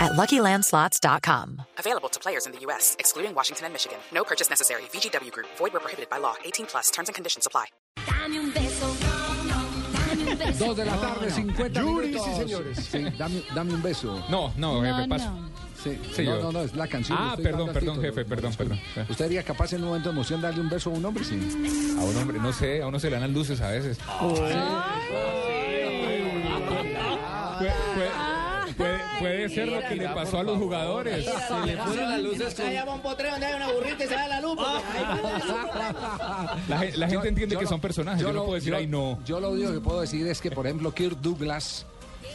at luckylandslots.com. Available to players in the U.S., excluding Washington and Michigan. No purchase necessary. VGW Group, void were prohibited by law. 18 plus terms and conditions apply. Dame un beso, no, no, dame un beso. Dos de la tarde, 50 Yuri, minutos. sí, señores. Sí, dame, dame un beso. No, no, jefe, pasa. Sí, Sí, no, yo. no, no, es la canción. Ah, estoy perdón, dando perdón, título. jefe, perdón, Disculpe. perdón. ¿Usted haría capaz en un momento de emoción darle un beso a un hombre? Sí. A un hombre, no sé, a uno se le dan las luces a veces. Puede, puede- puede- puede ser lo que le pasó a los jugadores. Se le fueron las luces. Allá va un potrero donde hay una burrita y se da la luz. porque ahí va la luz. La, gen- la gente entiende yo que lo- son personajes. Yo, no puedo decir, yo- ay, no. Yo lo único que puedo decir es que, por ejemplo, Kirk Douglas,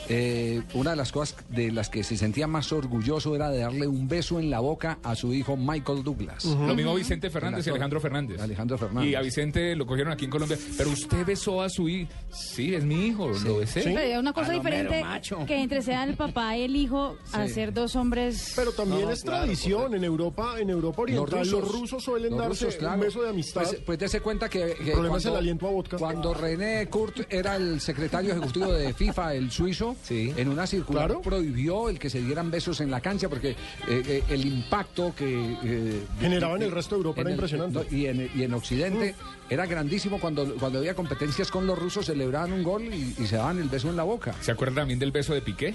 eh, una de las cosas de las que se sentía más orgulloso era de darle un beso en la boca a su hijo Michael Douglas. Lo mismo Vicente Fernández y Las- Alejandro Fernández. Alejandro Fernández. Y a Vicente lo cogieron aquí en Colombia. Pero usted besó a su hijo. Sí, es mi hijo, lo besé. Pero es una cosa Palomero, diferente macho. que entre sea el papá y el hijo a Sí. ser dos hombres. Pero también es tradición en Europa, en Europa Oriental, los rusos, suelen los darse rusos, claro. un beso de amistad. Pues, pues dése cuenta que, que problema es el aliento a vodka. cuando René Kurt era el secretario ejecutivo de FIFA, el suizo, en una circular Claro. prohibió el que se dieran besos en la cancha porque eh, eh, el impacto que eh, Generaba en el resto de Europa, era impresionante. no, y, en, y en Occidente era grandísimo cuando, cuando había competencias con los rusos, celebraban un gol y, y se daban el beso en la boca. ¿Se acuerda también del beso de Piqué?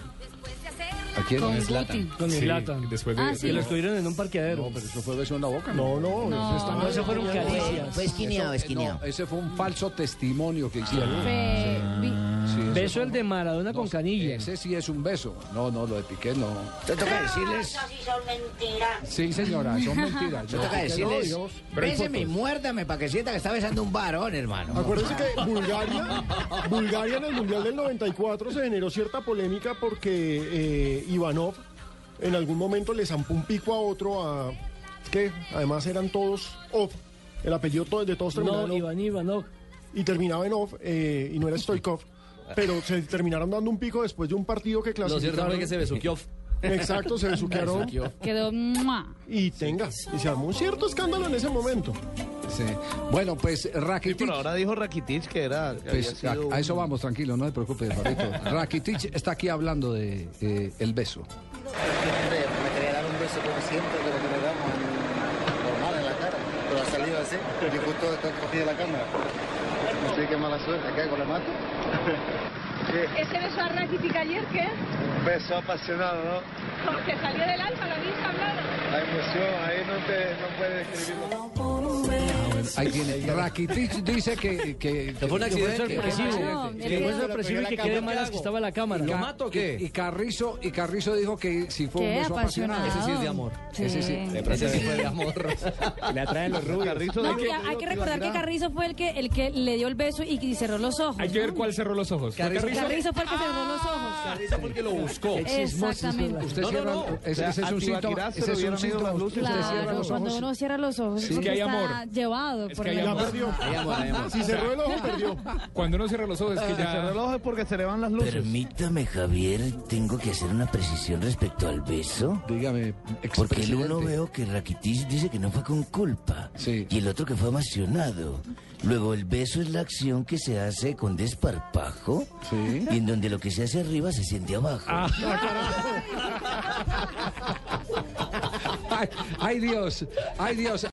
¿A quién? con No, Guti. Con Sí, Zlatan. Después de, Ah, de sí. Y lo los- estuvieron en un parqueadero. pero eso fue beso en la boca. No, no, eso está No, mal. eso fueron caricias. Fue esquineado, esquineado. eh, No, ese fue un falso testimonio que hicieron. Fe- Eh, vi- Ah, Sí, eso Beso el de Maradona No, con canilla. Ese sí es un beso. No, no, lo de Piqué no. Te toca decirles, Sí, señora, son mentiras. Yo te toca Piqué no, decirles, digamos, Pero hay béseme y fotos. muérdame para que sienta que está besando un varón, hermano. Acuérdense que Bulgaria, Bulgaria en el Mundial del 94 se generó cierta polémica porque eh, Ivanov en algún momento le zampó un pico a otro a... Es que además eran todos off. El apellido to- de todos terminaba en No, Ov. Iván Ivanov. y terminaba en off eh, y no era Stoikov. Pero se terminaron dando un pico después de un partido que clasificaron. besuqueó. Exacto, se besuquearon quedó. ¡mua! y tenga. Y se armó un cierto escándalo en ese momento. sí. Bueno, pues Rakitic. dijo Rakitic que era. pues, a, a eso vamos, tranquilo, no te preocupes, Fabito. Rakitic está aquí hablando de eh, el beso. Me quería dar un beso como siempre, como que nos damos en- normal en la cara, pero ha salido así y justo está cogida la cámara. Así que mala suerte, ¿qué hago? ¿Le mato? Ese Este beso a Rakitic ayer, ¿qué? Un beso apasionado, ¿no? Porque salió del alma, lo habéis hablado. La emoción, ahí no, te, no puedes describirlo. Ahí tiene. Rakitic dice que. que, que- Fue un accidente que- sorpresivo. No, Que mire, fue sorpresivo y que quiere malas que estaba la cámara. Ca- Y Carrizo, y Carrizo dijo que si fue un Qué beso apasionado. apasionado. Ese sí. Ese sí. Le atraen los rubios. No, porque hay que recordar que Carrizo fue el que, el que le dio el beso y, y cerró los ojos. Hay que ver ¿no? cuál cerró los ojos. ¿Fue Carrizo? Carrizo fue el que cerró los ojos. Exactamente. Usted cierra- ese, ese es un síntoma. Ese es un síntoma. Usted cierra Claro, los cuando ojos. uno cierra los ojos, que uno hay está amor. llevado Es por que hay el Ya amor. perdió. Si cerró el ojo, perdió. Cuando uno cierra los ojos, Ah, es que ya. es porque se le van las Permítame, Javier, tengo que hacer una precisión respecto al beso. Dígame, Porque el expresidente. uno veo que Rakitic dice que no fue con culpa. Sí. Y el otro que fue apasionado. Luego, el beso es la acción que se hace con desparpajo. Sí. Y en donde lo que se hace arriba se siente abajo. Ay, ay Dios, ay Dios.